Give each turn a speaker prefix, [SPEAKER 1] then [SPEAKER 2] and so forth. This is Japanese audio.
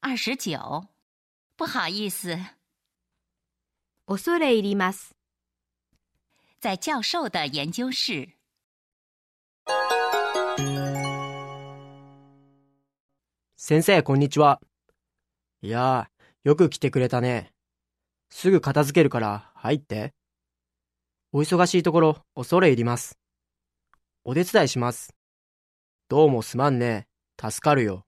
[SPEAKER 1] 二十九。不好意思，
[SPEAKER 2] 恐れ入ります。
[SPEAKER 1] 在教授的研究室。
[SPEAKER 3] 先生、こんにちは。いやー、よく来てくれたね。すぐ片付けるから、入って。お忙しいところ、恐れ入ります。お手伝いします。どうもすまんね。助かるよ。